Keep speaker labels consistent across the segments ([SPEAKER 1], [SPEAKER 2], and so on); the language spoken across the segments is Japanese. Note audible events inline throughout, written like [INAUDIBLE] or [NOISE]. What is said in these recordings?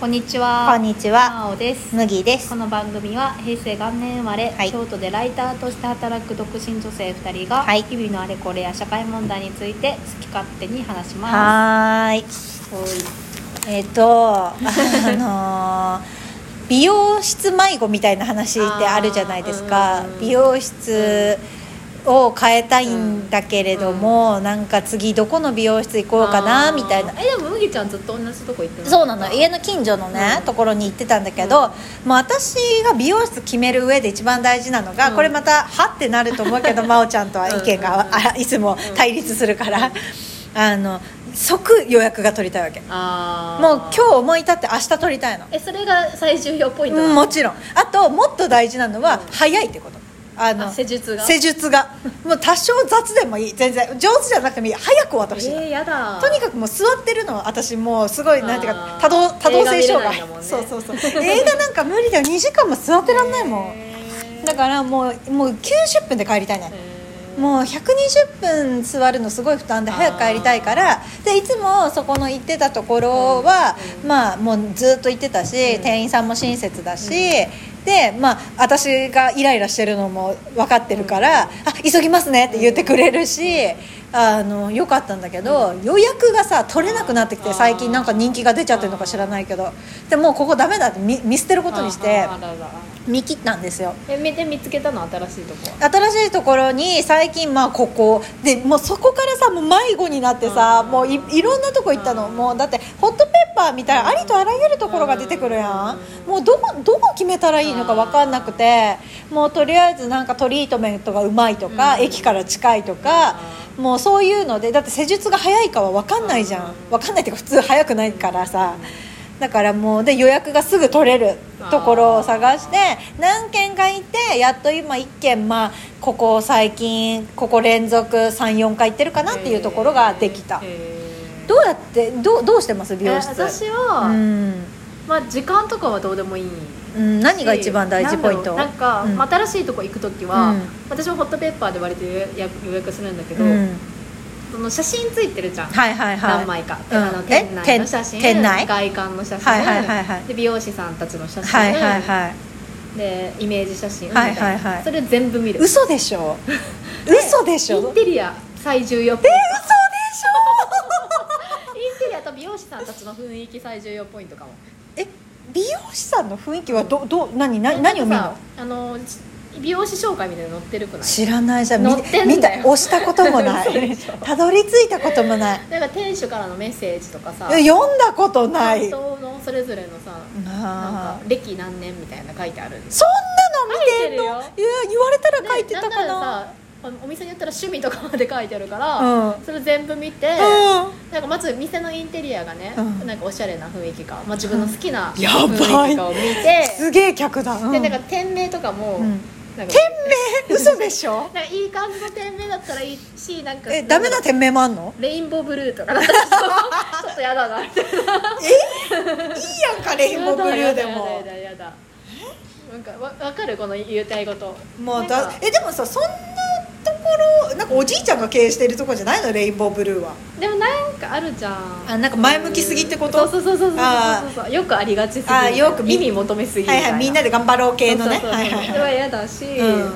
[SPEAKER 1] こんにちは。
[SPEAKER 2] こんにちは、
[SPEAKER 1] まおです。
[SPEAKER 2] 麦です
[SPEAKER 1] こ。の番組は平成元年生まれ、
[SPEAKER 2] はい
[SPEAKER 1] 京都でライターとして働く独身女性2人が、
[SPEAKER 2] はい
[SPEAKER 1] 日々のあれこれや社会問題について好き勝手に話しま
[SPEAKER 2] はーい。
[SPEAKER 1] す。はい。
[SPEAKER 2] えっ、と、
[SPEAKER 1] [LAUGHS]
[SPEAKER 2] あのー美容室迷子みたいな話ってあるじゃないです
[SPEAKER 1] あ
[SPEAKER 2] か
[SPEAKER 1] ーうん。
[SPEAKER 2] 美容室を変えたいんだけれども、なんか次どこの美容室行こうかなみたいな
[SPEAKER 1] あ。ーえでも麦ちゃんずっと同じとこ行って
[SPEAKER 2] そうなの家
[SPEAKER 1] の
[SPEAKER 2] の近所のね、
[SPEAKER 1] うん
[SPEAKER 2] ところに行ってたんだけど、もう私が美容室決める上で一番大事なのが、
[SPEAKER 1] うん
[SPEAKER 2] これまたはってなると思うけ
[SPEAKER 1] [LAUGHS]
[SPEAKER 2] ど真央ちゃんとは意見が、
[SPEAKER 1] うんうんうん
[SPEAKER 2] あいつも対立するから、あの即予約が取りたいわけもう
[SPEAKER 1] あー
[SPEAKER 2] 今日思い立って明日取りたいの
[SPEAKER 1] えそれが最重要ポイントなの
[SPEAKER 2] もちろんあともっと大事なのは、
[SPEAKER 1] うん
[SPEAKER 2] 早いってことあの
[SPEAKER 1] あ施術が
[SPEAKER 2] 施術がもう多少雑でもいい全然上手じゃなくてもいい早く終わってほしいの
[SPEAKER 1] えー、やだ
[SPEAKER 2] とにかくもう座ってるのは私もうすごいなんていう
[SPEAKER 1] あ
[SPEAKER 2] か
[SPEAKER 1] ー
[SPEAKER 2] 多動多動性障
[SPEAKER 1] 映画見れないんだ
[SPEAKER 2] 害、
[SPEAKER 1] [LAUGHS] もんね
[SPEAKER 2] そうそうそう映画なんか無理だよ2時間も座ってらんな
[SPEAKER 1] [LAUGHS]
[SPEAKER 2] いもん
[SPEAKER 1] え
[SPEAKER 2] だからもうもう90分で帰りたいね
[SPEAKER 1] ーえ
[SPEAKER 2] もう120分座るのすごい負担で早く帰りたいからでいつもそこの行ってたところは、まあもうずっと行ってたし、
[SPEAKER 1] うん
[SPEAKER 2] 店員さんも親切だし、でまあ私がイライラしてるのも分かってるから「あ急ぎますね」って言ってくれるし、あのよかったんだけど、予約がさ取れなくなってき
[SPEAKER 1] あ
[SPEAKER 2] て
[SPEAKER 1] ー
[SPEAKER 2] 最近なんか人気が出ちゃってるのか知らないけどでもうここダメだって見見捨てることにして
[SPEAKER 1] あーあらら
[SPEAKER 2] 見切ったんですよ。
[SPEAKER 1] えめで見つけたの新しいとこは
[SPEAKER 2] 新しいところに最近まあここでもうそこからさもう迷子になってさ
[SPEAKER 1] うん
[SPEAKER 2] もういいろんなとこ行ったの
[SPEAKER 1] うん
[SPEAKER 2] もうだってホットペッパーみたいなありとあらゆるところが出てくるやんもうどこどこ決めたらいいのか分かんなくてもうとりあえずなんかトリートメントがうまいとか
[SPEAKER 1] うん
[SPEAKER 2] 駅から近いとかもうそういうのでだって施術が早いかは分かんないじゃん分かんないっていうか普通早くないからさだからもうで予約がすぐ取れるところを探して何軒か行ってやっと今1軒、まあ、ここ最近ここ連続34回行ってるかなっていうところができた、
[SPEAKER 1] えー
[SPEAKER 2] どうやってどうどうしてます美容室
[SPEAKER 1] え私は、
[SPEAKER 2] うん、
[SPEAKER 1] まあ、時間とかはどうでもいい
[SPEAKER 2] うん、何が一番大事ポイント
[SPEAKER 1] なんだろうなんか、
[SPEAKER 2] うん
[SPEAKER 1] まあ新しいとこ行く時は、
[SPEAKER 2] うん
[SPEAKER 1] 私もホットペッパーで割と予約予約するんだけど、
[SPEAKER 2] うん、
[SPEAKER 1] その写真ついてるじゃん、
[SPEAKER 2] はいはいはい
[SPEAKER 1] 何枚か、
[SPEAKER 2] うん
[SPEAKER 1] あの
[SPEAKER 2] え
[SPEAKER 1] 店内の写真
[SPEAKER 2] 店店内
[SPEAKER 1] 外観の写真、
[SPEAKER 2] はいはいはいはい
[SPEAKER 1] で美容師さんたちの写真、
[SPEAKER 2] はいはいはい
[SPEAKER 1] でイメージ写真み
[SPEAKER 2] は
[SPEAKER 1] た
[SPEAKER 2] い
[SPEAKER 1] いな、
[SPEAKER 2] はいはい
[SPEAKER 1] それ全部見る
[SPEAKER 2] 嘘でしょ
[SPEAKER 1] で
[SPEAKER 2] 嘘でしょ
[SPEAKER 1] イ
[SPEAKER 2] 嘘
[SPEAKER 1] ン
[SPEAKER 2] でし
[SPEAKER 1] テリア最重要ポイントインテリアと美容師さんたちの雰囲気最重要ポイントかも
[SPEAKER 2] [LAUGHS] ょえ美容師さんの雰囲気はどど何何何を見る
[SPEAKER 1] なん
[SPEAKER 2] の
[SPEAKER 1] かさあのし美容師紹介みたいなの載ってるくない
[SPEAKER 2] 知らないじゃん
[SPEAKER 1] 乗
[SPEAKER 2] 見
[SPEAKER 1] ってんだよ
[SPEAKER 2] 見た押したことも
[SPEAKER 1] [LAUGHS]
[SPEAKER 2] な
[SPEAKER 1] 嘘で
[SPEAKER 2] い
[SPEAKER 1] しょ
[SPEAKER 2] たどり着いたこともない
[SPEAKER 1] なんか店主からのメッセージとかさ
[SPEAKER 2] 読んだことない
[SPEAKER 1] 担当のそれぞれのさなん
[SPEAKER 2] あ
[SPEAKER 1] か歴何年みたいなの書いてあるん
[SPEAKER 2] ーそんなの見てんのい
[SPEAKER 1] 書
[SPEAKER 2] や
[SPEAKER 1] い
[SPEAKER 2] 言われたら書いてた
[SPEAKER 1] でな
[SPEAKER 2] か
[SPEAKER 1] んな
[SPEAKER 2] な
[SPEAKER 1] らさお店によったら趣味とかまで書いてあるから、
[SPEAKER 2] うん
[SPEAKER 1] それ全部見て、
[SPEAKER 2] う
[SPEAKER 1] なんかまず店のインテリアがね、
[SPEAKER 2] うん
[SPEAKER 1] なんかおしゃれな雰囲気か、まあ、自分の好きな
[SPEAKER 2] うんやば
[SPEAKER 1] 雰囲
[SPEAKER 2] い
[SPEAKER 1] 気かを見
[SPEAKER 2] んす
[SPEAKER 1] て、
[SPEAKER 2] げえ客だ、うん、
[SPEAKER 1] でなんか店名とかも、
[SPEAKER 2] うん
[SPEAKER 1] なんか
[SPEAKER 2] 店名嘘で
[SPEAKER 1] [LAUGHS]
[SPEAKER 2] しょ
[SPEAKER 1] なんかいい感じの店名だったらいいしなんか
[SPEAKER 2] えダメな店名もあんの
[SPEAKER 1] レインボーブルーと [LAUGHS] かだったらちょっとやだなみたいない
[SPEAKER 2] いやんかレインボーブルーで
[SPEAKER 1] や
[SPEAKER 2] も
[SPEAKER 1] だやだやだやだなんかわ分かるこの言いたいこと
[SPEAKER 2] もう
[SPEAKER 1] なん
[SPEAKER 2] だ
[SPEAKER 1] か
[SPEAKER 2] えでもさそんなところなんかおじいちゃんが経営してるとこじゃないのレインボーブルーは
[SPEAKER 1] でもなんかあるじゃん
[SPEAKER 2] あなんか前向きすぎってこと
[SPEAKER 1] そうそうそうそうそう
[SPEAKER 2] あ
[SPEAKER 1] そうそうよくありがちすぎる
[SPEAKER 2] あーよくみ
[SPEAKER 1] 意味求めすぎ
[SPEAKER 2] はいはいみんなで頑張ろう系のね
[SPEAKER 1] そうそうそう
[SPEAKER 2] はいはいはい
[SPEAKER 1] それは嫌だし、
[SPEAKER 2] うん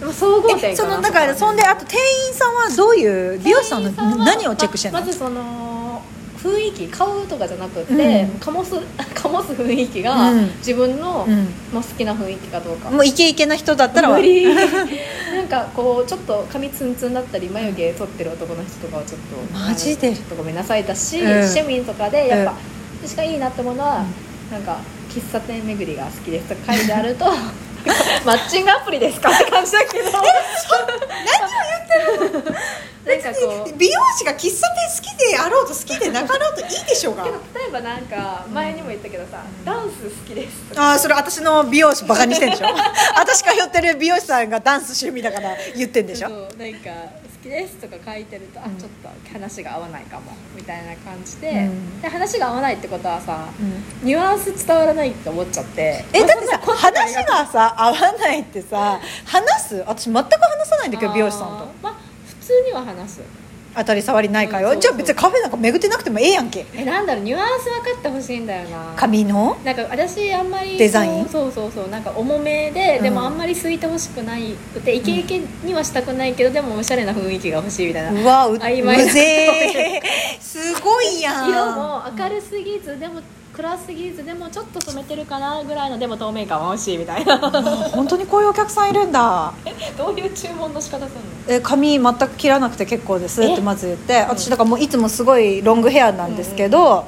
[SPEAKER 1] でも総合点かな
[SPEAKER 2] えそのだからそんであと店員さんはどういう美容師さんの
[SPEAKER 1] 店員は
[SPEAKER 2] 何をチェックしてんの、
[SPEAKER 1] ままずその雰囲気顔とかじゃなくて、
[SPEAKER 2] うん
[SPEAKER 1] 醸す [LAUGHS] 醸す雰囲気が、
[SPEAKER 2] うん
[SPEAKER 1] 自分の、
[SPEAKER 2] うん
[SPEAKER 1] もう好きな雰囲気かどうか
[SPEAKER 2] もうイケイケな人だったら
[SPEAKER 1] 無理 [LAUGHS] なんかこうちょっと髪ツンツンだったり眉毛取ってる男の人とかはちょっと
[SPEAKER 2] マジで
[SPEAKER 1] あのちょっとごめんなさいだし、
[SPEAKER 2] うん
[SPEAKER 1] 趣味とかでやっぱ
[SPEAKER 2] うん、
[SPEAKER 1] 私がいいなってものは、なんか喫茶店巡りが好きですとか書いてある [LAUGHS] とマッチングアプリですかって感じだけど [LAUGHS] 何を言ってるのなんかこう
[SPEAKER 2] 美容師が喫茶店好きであろうと好きでなかろうといいでしょうが
[SPEAKER 1] でも例えばなんか前にも言ったけどさ、ダンス好きですとか
[SPEAKER 2] ああそれ私の美容師バカにして [LAUGHS] んでしょ私が寄ってる美容師さんがダンス趣味だから言ってんでし
[SPEAKER 1] そ
[SPEAKER 2] ょ
[SPEAKER 1] うなんか好きですとか書いてると、あ
[SPEAKER 2] うん
[SPEAKER 1] ちょっと話が合わないかもみたいな感じで,、
[SPEAKER 2] うん
[SPEAKER 1] で話が合わないってことはさ、
[SPEAKER 2] う
[SPEAKER 1] ニュアンス伝わらないって思っちゃって
[SPEAKER 2] え
[SPEAKER 1] まあ
[SPEAKER 2] だってさ
[SPEAKER 1] そんなことない
[SPEAKER 2] 話がさ合わないってさ話す私全く話さないんだけど美容師さん
[SPEAKER 1] あ
[SPEAKER 2] と
[SPEAKER 1] ーまあ普通には話す
[SPEAKER 2] 当たり障りないかよ、
[SPEAKER 1] うんそうそ
[SPEAKER 2] じ
[SPEAKER 1] う
[SPEAKER 2] ゃあ別にカフェなんか巡ってなくてもええやんけ
[SPEAKER 1] えなんだろうニュアンス分かってほしいんだよな
[SPEAKER 2] 髪の
[SPEAKER 1] なんか私あんまり
[SPEAKER 2] デザイン
[SPEAKER 1] そうそうそうそうなんか重めで、
[SPEAKER 2] うん
[SPEAKER 1] でもあんまりすいてほしくないくてイケイケにはしたくないけどでもおしゃれな雰囲気が欲しいみたいな、
[SPEAKER 2] うわうう
[SPEAKER 1] 曖昧な
[SPEAKER 2] ぜーすごいやん
[SPEAKER 1] 色も明るすぎずでも暗すぎずでもちょっと染めてるかなぐらいのでも透明感は欲しいみたいな [LAUGHS]
[SPEAKER 2] あ本当にこういうお客さんいるんだ
[SPEAKER 1] どういう注文の仕方するの
[SPEAKER 2] え髪全く切らなくて結構ですって
[SPEAKER 1] え
[SPEAKER 2] まず言って私だからもういつもすごいロングヘアなんですけど、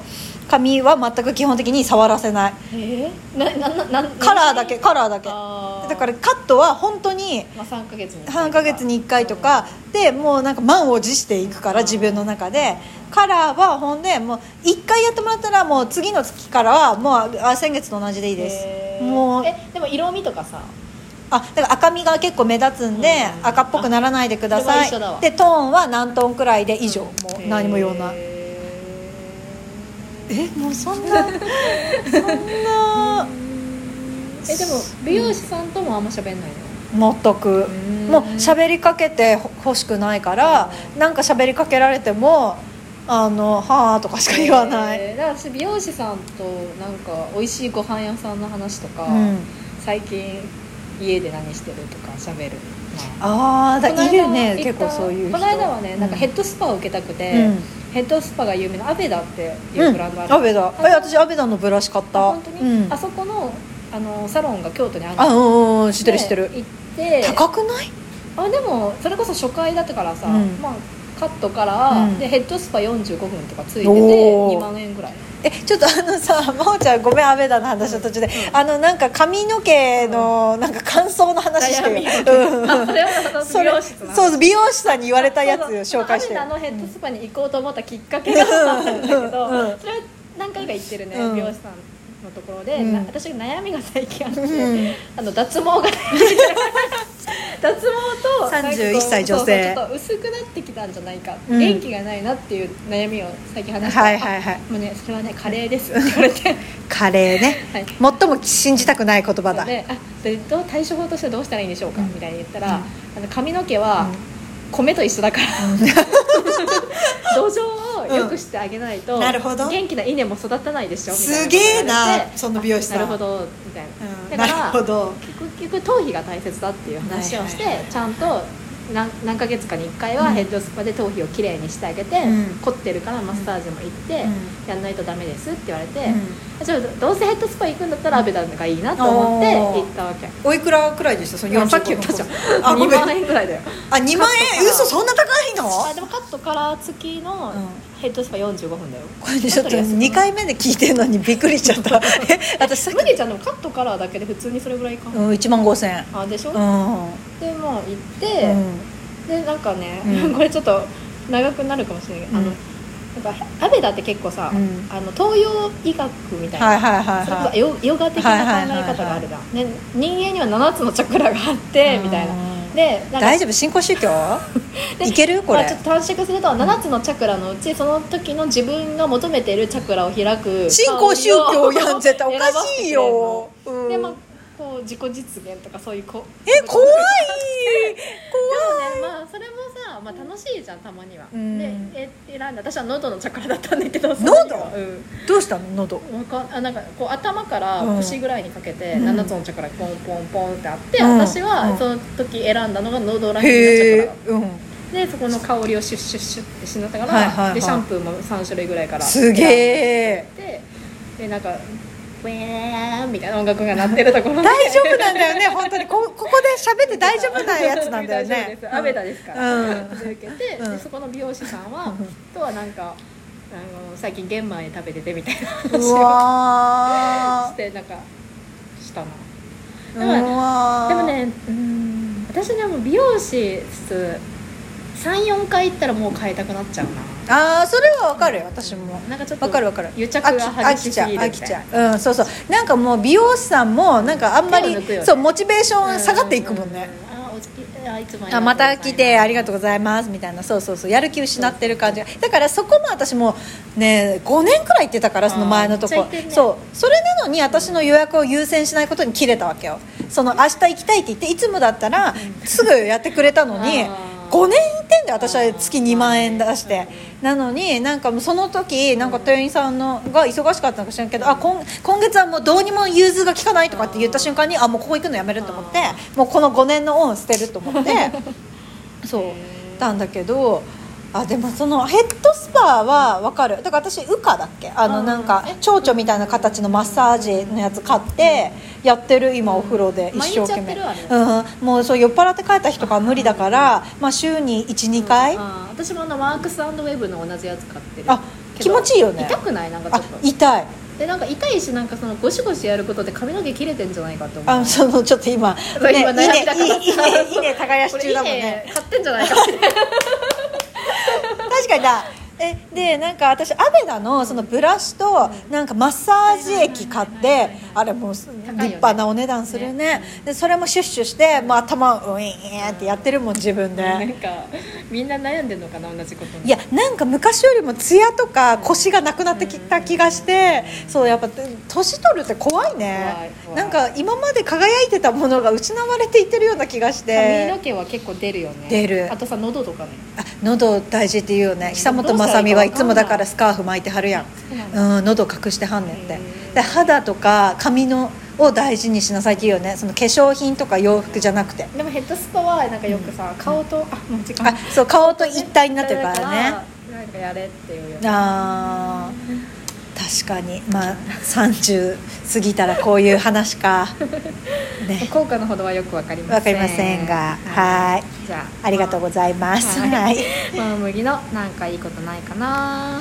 [SPEAKER 2] 髪は全く基本的に触らせない
[SPEAKER 1] えー、なななな
[SPEAKER 2] カラーだけカラーだけ
[SPEAKER 1] あー
[SPEAKER 2] だからカットは本当に
[SPEAKER 1] まあ、3ヶ月に
[SPEAKER 2] 半ヶ月に1回とかでもうなんか満を持していくから自分の中でカラーはほんでもう1回やってもらったらもう次の月からはもうあ先月と同じでいいで
[SPEAKER 1] へ
[SPEAKER 2] す
[SPEAKER 1] ー
[SPEAKER 2] もう
[SPEAKER 1] えでも色味とかさ
[SPEAKER 2] あだから赤みが結構目立つんで
[SPEAKER 1] うん
[SPEAKER 2] 赤っぽくならないでくださ
[SPEAKER 1] あそれは一緒だわ
[SPEAKER 2] いでトーンは何トーンくらいで以上もう何も言わない
[SPEAKER 1] え
[SPEAKER 2] えもうそ
[SPEAKER 1] [LAUGHS]
[SPEAKER 2] んなそんな
[SPEAKER 1] えでも美容師さんともあんま喋んないの
[SPEAKER 2] 全く
[SPEAKER 1] ん
[SPEAKER 2] もう喋りかけてほ欲しくないからなんか喋りかけられても「あのはあ」とかしか言わない、
[SPEAKER 1] えーだから私美容師さんとなんか美味しいご飯屋さんの話とか、
[SPEAKER 2] うん、
[SPEAKER 1] 最近家で何してるとか喋るな
[SPEAKER 2] ああだ
[SPEAKER 1] この
[SPEAKER 2] い
[SPEAKER 1] 間
[SPEAKER 2] るね
[SPEAKER 1] 行った
[SPEAKER 2] 結構そういう人
[SPEAKER 1] この間はねなんかヘ
[SPEAKER 2] ッ
[SPEAKER 1] ッドスパを受けたくて、
[SPEAKER 2] うん
[SPEAKER 1] ヘッドスパが有名なアベダっていううんブランドある、
[SPEAKER 2] アベダえ私アベダのブラシ買った
[SPEAKER 1] あ本当に、
[SPEAKER 2] うん、
[SPEAKER 1] あそこのあのサロンが京都にある
[SPEAKER 2] あ
[SPEAKER 1] の
[SPEAKER 2] うんうん知ってる知ってる
[SPEAKER 1] で行って
[SPEAKER 2] 高くない
[SPEAKER 1] あでもそれこそ初回だったからさ、
[SPEAKER 2] うん
[SPEAKER 1] まあカットから、
[SPEAKER 2] うん
[SPEAKER 1] でヘッドスパ45分とかついてて
[SPEAKER 2] おー
[SPEAKER 1] 2万円ぐらい
[SPEAKER 2] えちょっとあのさ真央ちゃんごめんアベダの話の途中で、あのなんか髪の毛のなんか乾燥の話して
[SPEAKER 1] 悩
[SPEAKER 2] る、うん
[SPEAKER 1] あそれ [LAUGHS] はその美容室の
[SPEAKER 2] それそう美容師さんに言われたやつ紹介して
[SPEAKER 1] る
[SPEAKER 2] る
[SPEAKER 1] あのヘッドスパに行こうと思ったきっかけがあったんだけど、
[SPEAKER 2] う
[SPEAKER 1] そ
[SPEAKER 2] ん
[SPEAKER 1] れは何回か行ってるね、
[SPEAKER 2] うん
[SPEAKER 1] 美容師さんのところで、
[SPEAKER 2] うん
[SPEAKER 1] な私悩みが最近あって、
[SPEAKER 2] うん
[SPEAKER 1] あの脱毛が脱毛と
[SPEAKER 2] 31歳女性
[SPEAKER 1] そうそうちょっと薄くなってきたんじゃないか、
[SPEAKER 2] うん
[SPEAKER 1] 元気がないなっていう悩みを最近話して、
[SPEAKER 2] はいはいはい
[SPEAKER 1] あもうねそれはねカレーですって言われて
[SPEAKER 2] カレーね
[SPEAKER 1] はい
[SPEAKER 2] 最も信じたくない言葉だ
[SPEAKER 1] であでどう対処法としてどうしたらいいんでしょうか、
[SPEAKER 2] うん
[SPEAKER 1] みたいに言ったら、
[SPEAKER 2] うん
[SPEAKER 1] あの髪の毛は米と一緒だから、 [LAUGHS] 土壌を良くしてあげないと、
[SPEAKER 2] うんなるほど
[SPEAKER 1] 元気な稲も育たないでしょみたい
[SPEAKER 2] すげえな
[SPEAKER 1] こと言われて
[SPEAKER 2] その美容師さん
[SPEAKER 1] あなるほどみたい
[SPEAKER 2] うん
[SPEAKER 1] な、だ
[SPEAKER 2] なる
[SPEAKER 1] から
[SPEAKER 2] ほど
[SPEAKER 1] 結局頭皮が大切だっていう話をして、
[SPEAKER 2] はいはいはい
[SPEAKER 1] ちゃんと何何ヶ月かに1回は
[SPEAKER 2] うん
[SPEAKER 1] ヘッドスパで頭皮をきれいにしてあげて、
[SPEAKER 2] うん
[SPEAKER 1] 凝ってるからマッサージも行って、
[SPEAKER 2] う
[SPEAKER 1] やんないとダメですって言われて、
[SPEAKER 2] う
[SPEAKER 1] あじゃあどうせヘッドスパ行くんだったらアベダのがいいなと思って
[SPEAKER 2] おー
[SPEAKER 1] 行ったわけ
[SPEAKER 2] おいくらくらいでしたその45
[SPEAKER 1] さっき言ったじゃん
[SPEAKER 2] あご
[SPEAKER 1] 2
[SPEAKER 2] めん
[SPEAKER 1] 万円ぐらいだよ
[SPEAKER 2] あ2万円嘘そんな高いの
[SPEAKER 1] あでもカットカラー付きの
[SPEAKER 2] うん
[SPEAKER 1] ヘッドスパ45分だよ、
[SPEAKER 2] これちょっと2回目で聞いてるのにびっくりしちゃ
[SPEAKER 1] [LAUGHS]
[SPEAKER 2] ったえ私さっ
[SPEAKER 1] 麦
[SPEAKER 2] き、
[SPEAKER 1] ちゃんでもカットカラーだけで普通にそれぐらいか、
[SPEAKER 2] うん、1万5000円
[SPEAKER 1] あでしょ、
[SPEAKER 2] うん、
[SPEAKER 1] でもう行っ
[SPEAKER 2] う
[SPEAKER 1] て、
[SPEAKER 2] ん
[SPEAKER 1] でなんかね、
[SPEAKER 2] うん
[SPEAKER 1] これちょっと長くなるかもしれないけど、
[SPEAKER 2] うん
[SPEAKER 1] あのなんかアベダって結構さ、
[SPEAKER 2] うん
[SPEAKER 1] あの東洋医学みたいな、
[SPEAKER 2] はいはいはい
[SPEAKER 1] それこ
[SPEAKER 2] は
[SPEAKER 1] そ
[SPEAKER 2] い
[SPEAKER 1] ヨヨガ的な考え方があるじゃん、ね、人間には7つのチャクラがあってみたいな
[SPEAKER 2] うん
[SPEAKER 1] でなんか
[SPEAKER 2] 大丈夫新興宗教
[SPEAKER 1] [LAUGHS] で
[SPEAKER 2] いけるこれ
[SPEAKER 1] まあ、ちょっと短縮すると7つのチャクラのうちその時の自分が求めているチャクラを開く
[SPEAKER 2] 新興宗教やん絶対お
[SPEAKER 1] 選ばせて
[SPEAKER 2] か
[SPEAKER 1] くれ
[SPEAKER 2] し
[SPEAKER 1] る
[SPEAKER 2] い
[SPEAKER 1] の
[SPEAKER 2] よ、うん、
[SPEAKER 1] でまあこう自己実現とかそういうこ
[SPEAKER 2] え怖い
[SPEAKER 1] でもねまあそれもさ、まあ、楽しいじゃんたまには、
[SPEAKER 2] うん
[SPEAKER 1] でえ選んだ私は喉のチャクラだったんだけどそ
[SPEAKER 2] 喉
[SPEAKER 1] の時はうん
[SPEAKER 2] 怖いどうしたの喉
[SPEAKER 1] わかんあなんかこう頭から
[SPEAKER 2] うん
[SPEAKER 1] 腰ぐらいにかけて
[SPEAKER 2] うん
[SPEAKER 1] 7つのチャクラポンポンポンってあって、
[SPEAKER 2] うん
[SPEAKER 1] 私
[SPEAKER 2] う
[SPEAKER 1] は
[SPEAKER 2] ん
[SPEAKER 1] その時選んだのが喉らへんのチャクラ
[SPEAKER 2] へえ
[SPEAKER 1] だっ
[SPEAKER 2] うん
[SPEAKER 1] たでそこの香りをシュッシュッシュッってしなったから、
[SPEAKER 2] はいはいはい
[SPEAKER 1] でシャンプーも3種類ぐらいから
[SPEAKER 2] すげ
[SPEAKER 1] え
[SPEAKER 2] え
[SPEAKER 1] ででなんかウェーンみたいな音楽が鳴ってるところで
[SPEAKER 2] 大丈夫なんだよね本当にこここで喋って大丈夫なやつなんだよ
[SPEAKER 1] [LAUGHS] 大丈夫
[SPEAKER 2] ね
[SPEAKER 1] です。アベダですか
[SPEAKER 2] う
[SPEAKER 1] ら。
[SPEAKER 2] ん
[SPEAKER 1] で受けて、
[SPEAKER 2] うん
[SPEAKER 1] でそこの美容師さんは
[SPEAKER 2] うん、
[SPEAKER 1] とはなんか。あの、最近玄米食べててみたいな
[SPEAKER 2] う
[SPEAKER 1] 話をし
[SPEAKER 2] わ
[SPEAKER 1] て、なんか。したな。
[SPEAKER 2] ー
[SPEAKER 1] でも
[SPEAKER 2] うわー
[SPEAKER 1] でもね、
[SPEAKER 2] うん
[SPEAKER 1] 私でも美容師室。三四回行ったら、もう変えたくなっちゃう
[SPEAKER 2] ああそれはわかるよ私も
[SPEAKER 1] な。なんかちょっと。
[SPEAKER 2] わかるわかる
[SPEAKER 1] 癒着
[SPEAKER 2] 飽き
[SPEAKER 1] が
[SPEAKER 2] 飽
[SPEAKER 1] 激し
[SPEAKER 2] きちゃ
[SPEAKER 1] す
[SPEAKER 2] う
[SPEAKER 1] ぎるみたいな
[SPEAKER 2] 飽きちゃううんそうそうなんかもう美容師さんもなんかあんまり、
[SPEAKER 1] 手を抜くよね
[SPEAKER 2] そうモチベーション下がっていくもん
[SPEAKER 1] う
[SPEAKER 2] ね
[SPEAKER 1] ううんあ、おじき、あ、いつもありがとうございす。
[SPEAKER 2] あまた来てありがとうございますみたいなそうそうそうやる気失ってる感じがだからそこも私もね5年くらい行ってたからその前のと
[SPEAKER 1] あーめ
[SPEAKER 2] こ
[SPEAKER 1] っちゃ行ってんね
[SPEAKER 2] そうそれなのに私の予約を優先しないことに切れたわけよその明日行きたいって言っていつもだったらすぐやってくれたのに
[SPEAKER 1] あー
[SPEAKER 2] 5年行ってんだよ私は月2万円出してなのになんかもうその時なんか店員さんのが忙しかったのか知らんけどあ今今月はもうどうにも融通が効かないとかって言った瞬間にあもうここ行くのやめると思ってもうこの5年の恩捨てると思ってそうたんだけどあでもそのヘッドスパは分かるだから私ウカだっけあの
[SPEAKER 1] うん
[SPEAKER 2] なんか蝶々みたいな形のマッサージのやつ買ってやってる今お風呂で一生懸
[SPEAKER 1] 毎
[SPEAKER 2] 命、
[SPEAKER 1] 日やってる
[SPEAKER 2] うん、もうそう酔っ払って帰った日とかは無理だから、まあ、週に12回、
[SPEAKER 1] あー私もあのワークスウェブの同じやつ買ってる
[SPEAKER 2] あ
[SPEAKER 1] けど
[SPEAKER 2] 気持ちいいよね
[SPEAKER 1] 痛くないなんかちょ
[SPEAKER 2] あ
[SPEAKER 1] っと
[SPEAKER 2] 痛い
[SPEAKER 1] でなんか痛いしなんかそのゴシゴシやることで髪の毛切れてんじゃないかと思う
[SPEAKER 2] あそのちょっと今、ね、
[SPEAKER 1] そう今悩み
[SPEAKER 2] 稲
[SPEAKER 1] だから
[SPEAKER 2] 稲稲耕し中だもんね
[SPEAKER 1] これいい買ってんじゃないか
[SPEAKER 2] [LAUGHS]
[SPEAKER 1] って
[SPEAKER 2] 確かにだえでなんか私アベダのそのブラシとなんかマッサージ液買ってあれもうす立
[SPEAKER 1] よね
[SPEAKER 2] 派なお値段するねでそれもシュッシュしてもう頭ウィーンってやってるもん自分
[SPEAKER 1] な
[SPEAKER 2] で
[SPEAKER 1] んかみんな悩んでんのかな同じことに
[SPEAKER 2] いやなんか昔よりもツヤとか腰がなくなってきた気がしてそうやっぱ年取るって怖い
[SPEAKER 1] 怖い
[SPEAKER 2] ね
[SPEAKER 1] 怖い
[SPEAKER 2] なんか今まで輝いてたものが失われていってるような気がし
[SPEAKER 1] 髪
[SPEAKER 2] て
[SPEAKER 1] の毛は結構出るよね
[SPEAKER 2] 出る
[SPEAKER 1] あとさ喉とかね
[SPEAKER 2] あ喉大事って言うよね久本雅美はいつもだからスカーフ巻いてはるやん
[SPEAKER 1] そうなんだ
[SPEAKER 2] うん、喉隠してはんねんって
[SPEAKER 1] へー
[SPEAKER 2] で肌とか髪のを大事にしなさいって言うよねその化粧品とか洋服じゃなくて
[SPEAKER 1] でもヘッドスパはなんかよくさ顔とあもう時間
[SPEAKER 2] あそう顔と一体になってるからね
[SPEAKER 1] なんかやれっていうよ
[SPEAKER 2] あー確かにまあ30過ぎたらこういう話 [LAUGHS] かね
[SPEAKER 1] 効果のほどはよくわかりません
[SPEAKER 2] わかりませんがはい
[SPEAKER 1] じゃあ
[SPEAKER 2] ありがとうございます
[SPEAKER 1] はい
[SPEAKER 2] はい
[SPEAKER 1] まあ麦のなんかいいことないかな